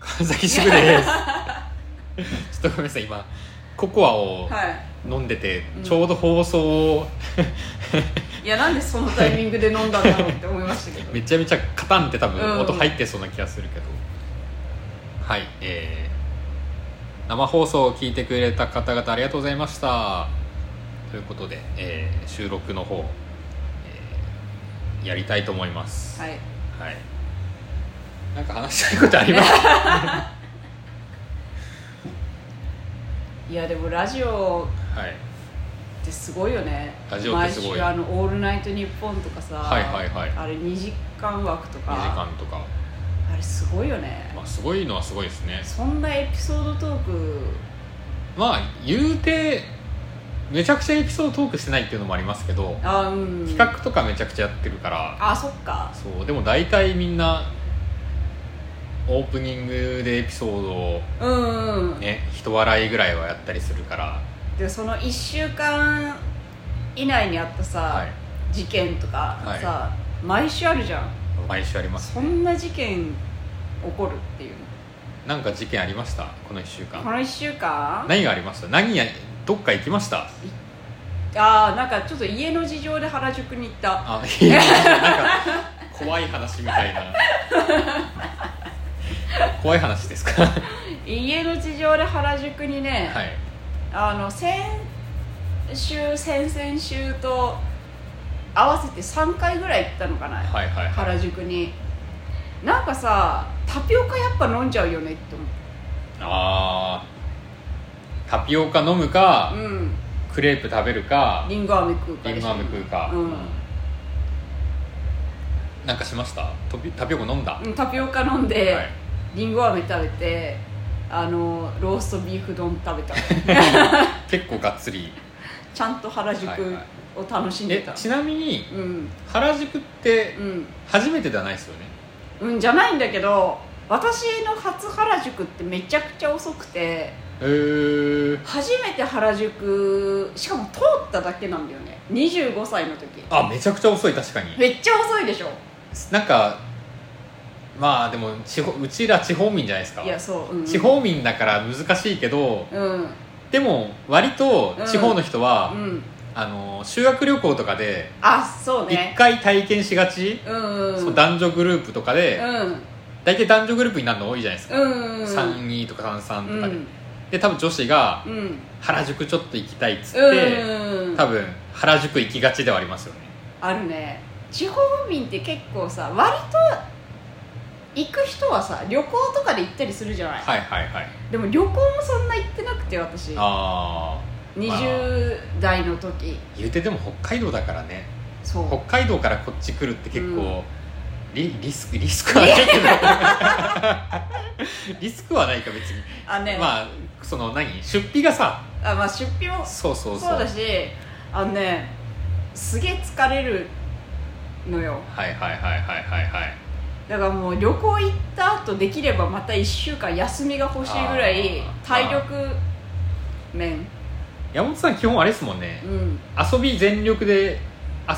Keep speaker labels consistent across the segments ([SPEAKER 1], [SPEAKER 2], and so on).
[SPEAKER 1] 川崎支部 ですちょっとごめんなさい今ココアを
[SPEAKER 2] はい
[SPEAKER 1] 飲んでて、
[SPEAKER 2] うん
[SPEAKER 1] ちょうど放送を
[SPEAKER 2] いやなんでそのタイミングで飲んだんだろうって思いましたけ ど
[SPEAKER 1] めちゃめちゃカタンって多
[SPEAKER 2] うん
[SPEAKER 1] 分音入ってそうな気がするけど、はいえー生放送を聞いてくれた方々ありがとうございましたということで、えー収録の方、えーやりたいと思います
[SPEAKER 2] はい
[SPEAKER 1] はい。なんか話したいことあります。
[SPEAKER 2] いやでもラジオ
[SPEAKER 1] はい。
[SPEAKER 2] ってすごいよね
[SPEAKER 1] ラジオってすごい
[SPEAKER 2] 毎週あの「オールナイトニッポン」とかさ、
[SPEAKER 1] はいはいはい
[SPEAKER 2] あれ2時間枠と
[SPEAKER 1] 2時間
[SPEAKER 2] か
[SPEAKER 1] とか。
[SPEAKER 2] あれすごいよね、
[SPEAKER 1] まあ、すごいのはすごいですね。
[SPEAKER 2] そんなエピソードトーク
[SPEAKER 1] まあ、言うて。めちゃくちゃエピソードトークしてないっていうのもありますけど。
[SPEAKER 2] あうん
[SPEAKER 1] 企画とかめちゃくちゃやってるから。
[SPEAKER 2] あそっか
[SPEAKER 1] そう、でも、大体みんな。オープニングでエピソードを。
[SPEAKER 2] うんうん、
[SPEAKER 1] ね、人笑いぐらいはやったりするから。
[SPEAKER 2] でその1週間以内にあったさ、
[SPEAKER 1] はい。
[SPEAKER 2] 事件とか
[SPEAKER 1] はい
[SPEAKER 2] さ、毎週あるじゃん
[SPEAKER 1] 毎週あります。
[SPEAKER 2] そんな事件起こるっていうの
[SPEAKER 1] なんか事件ありました。この一週
[SPEAKER 2] こ
[SPEAKER 1] 間。
[SPEAKER 2] の1週間
[SPEAKER 1] 何がありました。何や、どっか行きました。
[SPEAKER 2] ああなんかちょっと家の事情で原宿に行った
[SPEAKER 1] あいやなんか怖い話みたいな怖い話ですかはい
[SPEAKER 2] 家の事情で原宿にね、あの先週先々週と合わせて3回ぐらい行ったのかな、
[SPEAKER 1] はいはいはい
[SPEAKER 2] 原宿になんかさタピオカやっぱ飲んじゃうよねって思っ
[SPEAKER 1] あータピオカ飲むか
[SPEAKER 2] たうん
[SPEAKER 1] クレープ食べるか
[SPEAKER 2] リンゴ飴食うか
[SPEAKER 1] リン
[SPEAKER 2] でし
[SPEAKER 1] ゴ
[SPEAKER 2] ょ
[SPEAKER 1] 飴食うか、
[SPEAKER 2] うん
[SPEAKER 1] なんかしましたタピタピオカ飲んだ、
[SPEAKER 2] うんタピオカ飲んで、
[SPEAKER 1] はい
[SPEAKER 2] りんリンゴ飴食べてあのローストビーフ丼食 べた
[SPEAKER 1] 結構がっつり
[SPEAKER 2] ちゃんと原宿
[SPEAKER 1] はいはい
[SPEAKER 2] を楽しん
[SPEAKER 1] え
[SPEAKER 2] でた、
[SPEAKER 1] ちなみに
[SPEAKER 2] うん
[SPEAKER 1] 原宿って
[SPEAKER 2] うん
[SPEAKER 1] 初めてではないですよね
[SPEAKER 2] うんじゃないんだけど私の初原宿ってめちゃくちゃ遅くて
[SPEAKER 1] へえー、
[SPEAKER 2] 初めて原宿しかも通っただけなんだよね25歳の時
[SPEAKER 1] あめちゃくちゃ遅い確かに
[SPEAKER 2] めっちゃ遅いでしょ
[SPEAKER 1] なんかまあでも地方うちら地方民じゃないですか
[SPEAKER 2] いやそう、うん、
[SPEAKER 1] 地方民だから難しいけど
[SPEAKER 2] うん
[SPEAKER 1] でも割と地方の人は、
[SPEAKER 2] うん
[SPEAKER 1] あの修学旅行とかで
[SPEAKER 2] あそう
[SPEAKER 1] 一
[SPEAKER 2] ね
[SPEAKER 1] 回体験しがち、
[SPEAKER 2] うん
[SPEAKER 1] そう男女グループとかで、
[SPEAKER 2] うん
[SPEAKER 1] 大体男女グループになるの多いじゃないですか、
[SPEAKER 2] うん
[SPEAKER 1] 32とか33
[SPEAKER 2] う
[SPEAKER 1] と
[SPEAKER 2] ん
[SPEAKER 1] かで、で多分女子が
[SPEAKER 2] うん
[SPEAKER 1] 原宿ちょっと行きたいっつっ
[SPEAKER 2] う
[SPEAKER 1] て、
[SPEAKER 2] ん
[SPEAKER 1] 多分原宿行きがちではありますよね
[SPEAKER 2] あるね地方民って結構さ割と行く人はさ旅行とかで行ったりするじゃない、
[SPEAKER 1] はいはいはい
[SPEAKER 2] でも旅行もそんな行ってなくて私
[SPEAKER 1] ああ
[SPEAKER 2] 20代の時
[SPEAKER 1] 言うてでも北海道だからね
[SPEAKER 2] そう
[SPEAKER 1] 北海道からこっち来るって結構、
[SPEAKER 2] うん
[SPEAKER 1] リリスクリスクはない けどリスクはないか別に、
[SPEAKER 2] あね、まあ、
[SPEAKER 1] まあその何出費がさ
[SPEAKER 2] まあ出費もそ
[SPEAKER 1] そうそううそう
[SPEAKER 2] だしあのねすげえ疲れるのよ
[SPEAKER 1] はいはいはいはいはいはい
[SPEAKER 2] だからもう旅行行った後できればまた1週間休みが欲しいぐらい
[SPEAKER 1] あー
[SPEAKER 2] 体力面
[SPEAKER 1] 山本さん基本あれですもんね
[SPEAKER 2] うん
[SPEAKER 1] 遊び全力で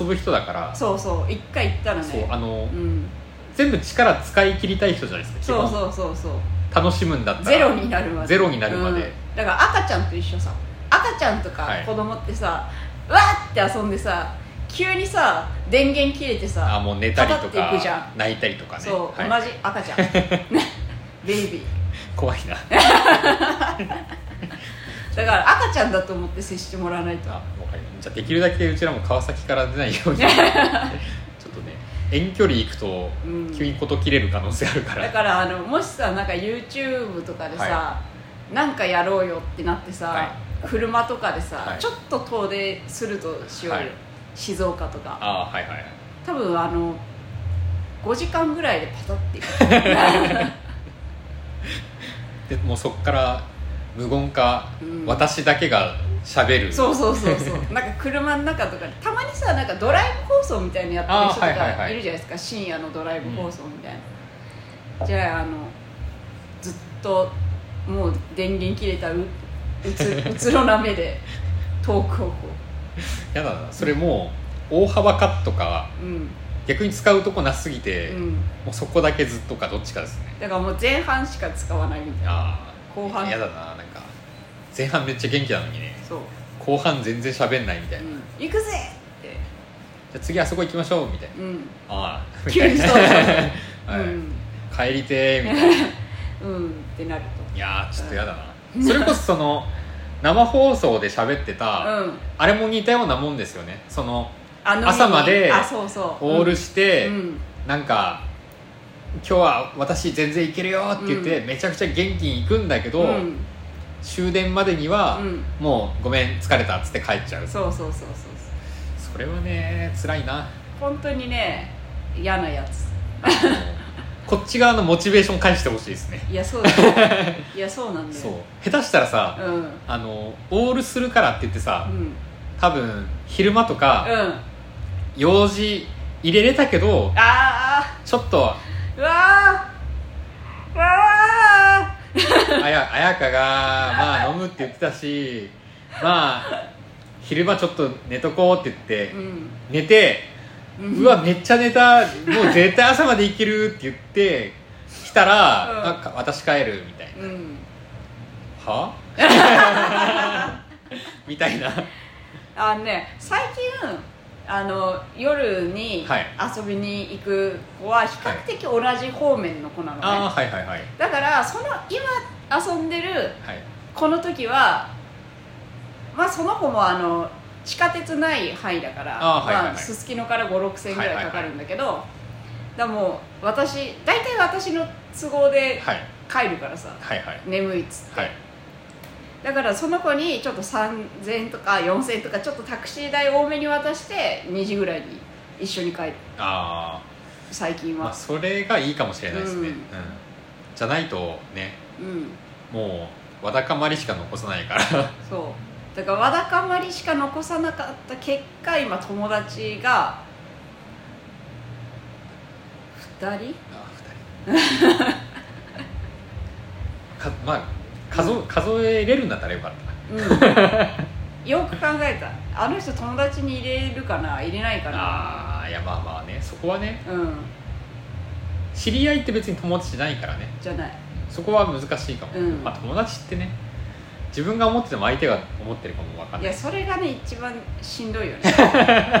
[SPEAKER 1] 遊ぶ人だから
[SPEAKER 2] そうそう一回行ったら
[SPEAKER 1] そう
[SPEAKER 2] ね
[SPEAKER 1] あの、
[SPEAKER 2] うん
[SPEAKER 1] 全部力使い切りたい人じゃないですか基
[SPEAKER 2] そ
[SPEAKER 1] 本
[SPEAKER 2] うそうそうそう
[SPEAKER 1] 楽しむんだったら
[SPEAKER 2] ゼロになるまで
[SPEAKER 1] ゼロになるまで
[SPEAKER 2] うんだから赤ちゃんと一緒さ赤ちゃんとか
[SPEAKER 1] はい
[SPEAKER 2] 子供ってさ、わーって遊んでさ急にさ電源切れて
[SPEAKER 1] あ
[SPEAKER 2] さ、
[SPEAKER 1] もう寝たりと
[SPEAKER 2] パタっていくじゃ
[SPEAKER 1] か泣いたりとかね
[SPEAKER 2] そう、
[SPEAKER 1] はい、
[SPEAKER 2] 同じ 赤ちゃんねベイビー
[SPEAKER 1] 怖いな
[SPEAKER 2] だから赤ちゃんだと思って接してもらわないと
[SPEAKER 1] あわかりましたじゃあできるだけうちらも川崎から出ないよ うにちょっとね遠距離行くと
[SPEAKER 2] うん
[SPEAKER 1] 急に事切れる可能性あるから、
[SPEAKER 2] だからあのもしさなんか YouTube とかでさ、
[SPEAKER 1] は
[SPEAKER 2] なんかやろうよってなってさ、
[SPEAKER 1] はい
[SPEAKER 2] 車とかでさ、
[SPEAKER 1] はい
[SPEAKER 2] ちょっと遠出するとしようよ、
[SPEAKER 1] はい
[SPEAKER 2] 静岡とか
[SPEAKER 1] ああはいはいはい
[SPEAKER 2] 多分あの5時間ぐらいでパタっていく
[SPEAKER 1] でもうそっから無言か、
[SPEAKER 2] うん
[SPEAKER 1] 私だけがしゃべる
[SPEAKER 2] そうそうそうそう なんか車の中とかでたまにさなんかドライブ放送みたいにやってる人と
[SPEAKER 1] あーはいはい
[SPEAKER 2] か
[SPEAKER 1] はい
[SPEAKER 2] いるじゃないですか、深夜のドライブ放送みたいな、じゃああのずっともう電源切れたううつ うつろな目で遠くをこ
[SPEAKER 1] やだなそれもう大幅カットか
[SPEAKER 2] ううん
[SPEAKER 1] 逆に使うとこなすすぎて、
[SPEAKER 2] う
[SPEAKER 1] も
[SPEAKER 2] ん、
[SPEAKER 1] うそこだけずっとかどっちかですね
[SPEAKER 2] だからもう前半しか使わないみたいな
[SPEAKER 1] ああ
[SPEAKER 2] 後半
[SPEAKER 1] やだななんか前半めっちゃ元気なのにね
[SPEAKER 2] そう、
[SPEAKER 1] 後半全然喋んないみたいうな、じ
[SPEAKER 2] ん、行くぜって、
[SPEAKER 1] ゃあ次あそこ行きましょうみたいな
[SPEAKER 2] うん、
[SPEAKER 1] ああみた
[SPEAKER 2] 急
[SPEAKER 1] い
[SPEAKER 2] に
[SPEAKER 1] な
[SPEAKER 2] そうそう
[SPEAKER 1] はい
[SPEAKER 2] うん
[SPEAKER 1] 帰りてーみた いな
[SPEAKER 2] うんってなる
[SPEAKER 1] いやーちょっとやだな、それこそその生放送で喋って
[SPEAKER 2] と、
[SPEAKER 1] た、
[SPEAKER 2] うん、
[SPEAKER 1] あれも似たようなもんですよねその
[SPEAKER 2] あの
[SPEAKER 1] 朝まで
[SPEAKER 2] あそうそう
[SPEAKER 1] オール
[SPEAKER 2] し
[SPEAKER 1] して、
[SPEAKER 2] うん
[SPEAKER 1] なんか今日は私全然いけるよって言って、
[SPEAKER 2] う
[SPEAKER 1] めちゃくちゃ元気に行くんだけ
[SPEAKER 2] う
[SPEAKER 1] ど、
[SPEAKER 2] んうん
[SPEAKER 1] 終電までには、
[SPEAKER 2] うん
[SPEAKER 1] もうごめん疲れたっつって帰っちゃう
[SPEAKER 2] そうそうそうそうそう
[SPEAKER 1] それはね辛いな
[SPEAKER 2] 本当にね嫌なやつ
[SPEAKER 1] あのこっち側のモチベーション返してほしいですね、
[SPEAKER 2] いやそうだ よいやそうなんだよ
[SPEAKER 1] そう下手したらさ、
[SPEAKER 2] うんうん
[SPEAKER 1] あのオールするからって言ってさ、
[SPEAKER 2] うん
[SPEAKER 1] 多分昼間とか、
[SPEAKER 2] あ
[SPEAKER 1] 用事入れれたけど
[SPEAKER 2] あ
[SPEAKER 1] ちょっと
[SPEAKER 2] ーうわーうわ
[SPEAKER 1] あやあやかがまあ飲むって言ってたしまあ昼間ちょっと寝とこうって言って
[SPEAKER 2] ーうん
[SPEAKER 1] 寝て
[SPEAKER 2] うん
[SPEAKER 1] うわめっちゃ寝たもう絶対朝までいけるって言って 来たら、
[SPEAKER 2] うん
[SPEAKER 1] なんか私帰るみたいな
[SPEAKER 2] うん
[SPEAKER 1] は みたいな
[SPEAKER 2] あのね最近あの夜に
[SPEAKER 1] はい
[SPEAKER 2] 遊びに行く子は比較的同じ方面の子なのね、
[SPEAKER 1] ああはいはいはい
[SPEAKER 2] だからその今遊んでる
[SPEAKER 1] はい
[SPEAKER 2] この時はまあその子もあの地下鉄ない範囲だから
[SPEAKER 1] あーはいはいはい
[SPEAKER 2] まあすすきのから56線ぐらいかかるんだけど、だからもう私大体私の都合で
[SPEAKER 1] はい
[SPEAKER 2] 帰るからさ、
[SPEAKER 1] はいはい
[SPEAKER 2] 眠いっつって、
[SPEAKER 1] はい
[SPEAKER 2] だからその子にちょっと3000円とか4000円とかちょっとタクシー代多めに渡して2時ぐらいに一緒に帰る
[SPEAKER 1] あ
[SPEAKER 2] 最近
[SPEAKER 1] あ
[SPEAKER 2] は、
[SPEAKER 1] まあそれがいいかもしれないですね、
[SPEAKER 2] う
[SPEAKER 1] う
[SPEAKER 2] ん
[SPEAKER 1] ん、じゃないとね
[SPEAKER 2] うん
[SPEAKER 1] もうわだかまりしか残さない から
[SPEAKER 2] そうだからわだかまりしか残さなかった結果今友達が2人
[SPEAKER 1] あ二人かまあ数数えれるんだったらよかった
[SPEAKER 2] うん よく考えたあの人友達に入れるかな入れないかな
[SPEAKER 1] ああーいやまあまあねそこはね
[SPEAKER 2] うん
[SPEAKER 1] 知り合いって別に友達じゃないからね
[SPEAKER 2] じゃない
[SPEAKER 1] そこは難しいかも、
[SPEAKER 2] うん
[SPEAKER 1] まあ友達ってね自分が思ってても相手が思ってるかもわかん
[SPEAKER 2] い
[SPEAKER 1] ない
[SPEAKER 2] やそれがね一番しんどいよね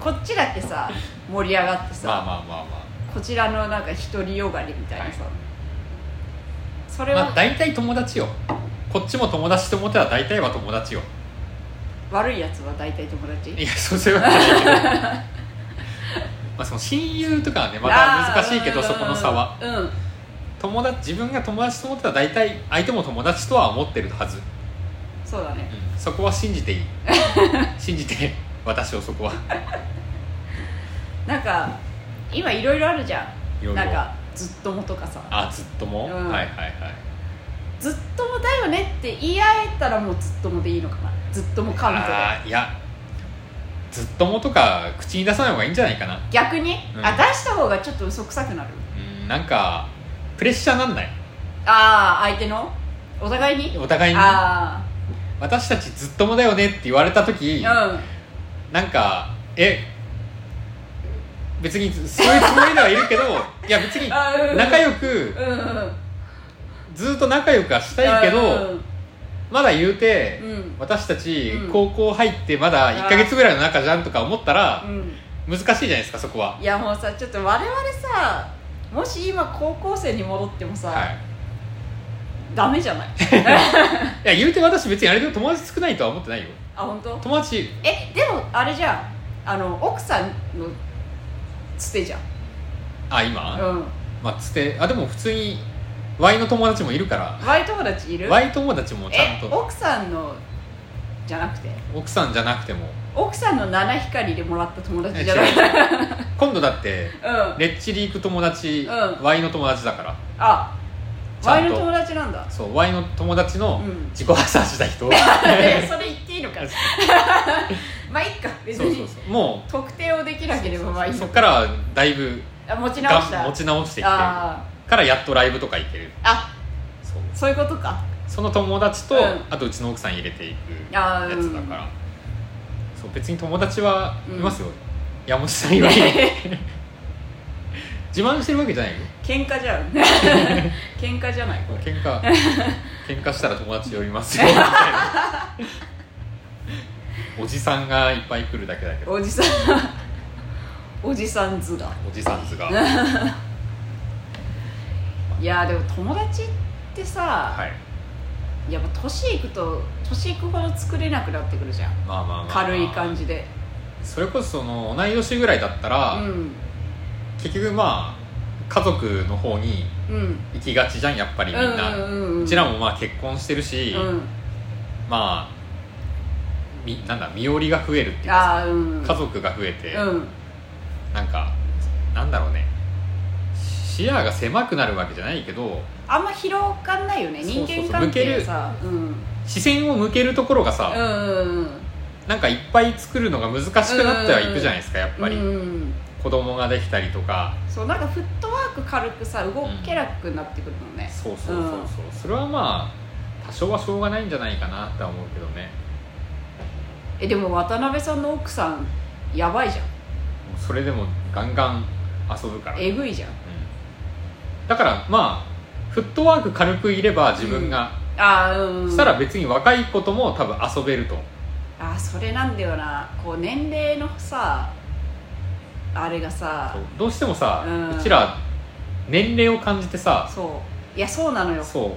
[SPEAKER 2] こっちだってさ盛り上がってさ、
[SPEAKER 1] まあまあまあ
[SPEAKER 2] こちらのなんか独りよがりみたいなさ、
[SPEAKER 1] は
[SPEAKER 2] そ
[SPEAKER 1] ま
[SPEAKER 2] れ
[SPEAKER 1] あ、
[SPEAKER 2] は
[SPEAKER 1] まあ、大体友達よこっちも友達と思ってたら大体は友達 よ
[SPEAKER 2] 悪いやつは大体友達
[SPEAKER 1] いやそうすればいいけ どまあその親友とかはねまた難しいけど
[SPEAKER 2] あー
[SPEAKER 1] そこの差は
[SPEAKER 2] うん
[SPEAKER 1] 友達自分が友達と思ってたら大体相手も友達とは思ってるはず、
[SPEAKER 2] そうだね
[SPEAKER 1] そこは信じていい 信じて私をそこは
[SPEAKER 2] なんか今いろいろあるじゃ
[SPEAKER 1] いろ
[SPEAKER 2] ん
[SPEAKER 1] いろ
[SPEAKER 2] なんかずっともとかさ
[SPEAKER 1] あずっとも、
[SPEAKER 2] うん
[SPEAKER 1] はいはいはい
[SPEAKER 2] ずっともだよねって言い合えたらもうずっともでいいのかなずっともカウントで
[SPEAKER 1] あーいやずっともとか口に出さない方がいいんじゃないかな
[SPEAKER 2] 逆に、
[SPEAKER 1] うん
[SPEAKER 2] あ出した方がちょっと嘘くさくなる
[SPEAKER 1] うんなんかプレッシャーなんない
[SPEAKER 2] ああ相手のお互いに
[SPEAKER 1] お互いに
[SPEAKER 2] あ
[SPEAKER 1] 私たちずっともだよねって言われた時、
[SPEAKER 2] あうん
[SPEAKER 1] なんかえ別にそういうつもりではい るけどいや別に
[SPEAKER 2] あーうん
[SPEAKER 1] 仲良く
[SPEAKER 2] うんうん
[SPEAKER 1] ずっと仲良くはしたいけどまだ言うて、
[SPEAKER 2] うん
[SPEAKER 1] 私たち
[SPEAKER 2] うん
[SPEAKER 1] 高校入ってまだ1か月ぐらいの仲じゃんとか思ったら
[SPEAKER 2] うんう
[SPEAKER 1] 難
[SPEAKER 2] ん
[SPEAKER 1] しいじゃないですかそこは、
[SPEAKER 2] いやもうさちょっと我々さもし今高校生に戻ってもさ、
[SPEAKER 1] はい、
[SPEAKER 2] ダメじゃない
[SPEAKER 1] いや言うて私別にあれで友達少ないとは思ってないよ
[SPEAKER 2] あ本当
[SPEAKER 1] 友達
[SPEAKER 2] えでもあれじゃんあの奥さんのつてじゃん
[SPEAKER 1] あ今、
[SPEAKER 2] うん
[SPEAKER 1] まあつってあでも普通に Y の友達もいるから
[SPEAKER 2] ワイ友達いる
[SPEAKER 1] Y 友達もちゃん
[SPEAKER 2] え
[SPEAKER 1] と
[SPEAKER 2] 奥さんのじゃなくて
[SPEAKER 1] 奥さんじゃなくても
[SPEAKER 2] 奥さんの七光でもらった友達
[SPEAKER 1] え
[SPEAKER 2] じゃな
[SPEAKER 1] 違
[SPEAKER 2] い
[SPEAKER 1] う今度だって
[SPEAKER 2] うん
[SPEAKER 1] レッチリ行く友達、
[SPEAKER 2] うん
[SPEAKER 1] Y の友達だから
[SPEAKER 2] あ
[SPEAKER 1] ちゃ
[SPEAKER 2] ワ
[SPEAKER 1] ん
[SPEAKER 2] イ
[SPEAKER 1] と
[SPEAKER 2] の友達なんだ
[SPEAKER 1] そう Y の友達の
[SPEAKER 2] うん
[SPEAKER 1] 自己破産した人、
[SPEAKER 2] えそれ言っていいのかな まあいいか別
[SPEAKER 1] そうそう
[SPEAKER 2] に
[SPEAKER 1] そうもう
[SPEAKER 2] 特定をできなければまあいい
[SPEAKER 1] そ
[SPEAKER 2] の
[SPEAKER 1] っからはだいぶ
[SPEAKER 2] あ持ち直した
[SPEAKER 1] が持ち直してきてか
[SPEAKER 2] あ
[SPEAKER 1] らやっとライブとか行ける
[SPEAKER 2] ーあ
[SPEAKER 1] そう
[SPEAKER 2] そういうことか
[SPEAKER 1] その友達と、
[SPEAKER 2] うん
[SPEAKER 1] あとうちの奥さん入れていく
[SPEAKER 2] あ
[SPEAKER 1] や
[SPEAKER 2] ー
[SPEAKER 1] つだから、そう別に友達はいますよ、山本さん 言わない自慢してるわけじゃないよ
[SPEAKER 2] 喧嘩じゃ ん喧嘩じゃないこれ
[SPEAKER 1] 喧 嘩喧嘩したら友達呼びますよみたいなおじさんがいっぱい来るだけだけど
[SPEAKER 2] おじさん おじさん図だ
[SPEAKER 1] おじさん図が
[SPEAKER 2] いやでも友達ってさ、
[SPEAKER 1] はい
[SPEAKER 2] やっぱ年いくと年いくほど作れなくなってくるじゃん
[SPEAKER 1] まあまあまあ、まあ、
[SPEAKER 2] 軽い感じで
[SPEAKER 1] それこそその同い年ぐらいだったら、
[SPEAKER 2] うん
[SPEAKER 1] 結局まあ家族の方に
[SPEAKER 2] うん
[SPEAKER 1] 行きがちじゃんやっぱりみんな、
[SPEAKER 2] う
[SPEAKER 1] うん
[SPEAKER 2] うんうんうん
[SPEAKER 1] ちらもまあ結婚してるし、
[SPEAKER 2] うん
[SPEAKER 1] まあみなんだ身寄りが増えるっていうか
[SPEAKER 2] あーうん
[SPEAKER 1] 家族が増えて、
[SPEAKER 2] うん
[SPEAKER 1] なんかなんだろうね視野が狭くなるわけじゃないけど
[SPEAKER 2] あんま広がんないよね
[SPEAKER 1] そうそ
[SPEAKER 2] 人
[SPEAKER 1] うそう
[SPEAKER 2] 間関係さうん
[SPEAKER 1] 視線を向けるところが
[SPEAKER 2] う
[SPEAKER 1] さ、
[SPEAKER 2] んうんうん
[SPEAKER 1] なんかいっぱい作るのが難しくなってはいくじゃないですか、やっぱり、
[SPEAKER 2] うん
[SPEAKER 1] 子供ができたりとか
[SPEAKER 2] そうなんかフットワーク軽くさ動けなくなってくるのね、
[SPEAKER 1] そうそうそうそう、それはまあ多少はしょうがないんじゃないかなって思うけどね
[SPEAKER 2] えでも渡辺さんの奥さんやばいじゃん
[SPEAKER 1] それでもガンガン遊ぶから、うん
[SPEAKER 2] えぐいじゃん
[SPEAKER 1] だからまあフットワーク軽くいれば自分が、
[SPEAKER 2] ああうん
[SPEAKER 1] したら別に若い子とも多分遊べると思う
[SPEAKER 2] あーそれなんだよなこう年齢のさあれがさ
[SPEAKER 1] そうどうしてもさ、う
[SPEAKER 2] うん
[SPEAKER 1] ちら年齢を感じてさ
[SPEAKER 2] そういやそうなのよ
[SPEAKER 1] そ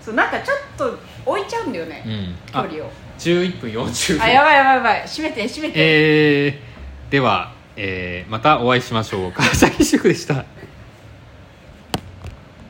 [SPEAKER 2] そうなんかちょっと置いちゃうんだよね
[SPEAKER 1] う、うん、
[SPEAKER 2] 距
[SPEAKER 1] あ
[SPEAKER 2] 離を
[SPEAKER 1] 11分40
[SPEAKER 2] あ
[SPEAKER 1] 秒
[SPEAKER 2] やばいやばいやばい閉めて閉めて
[SPEAKER 1] えーでは、えーまたお会いしましょう川崎主婦でした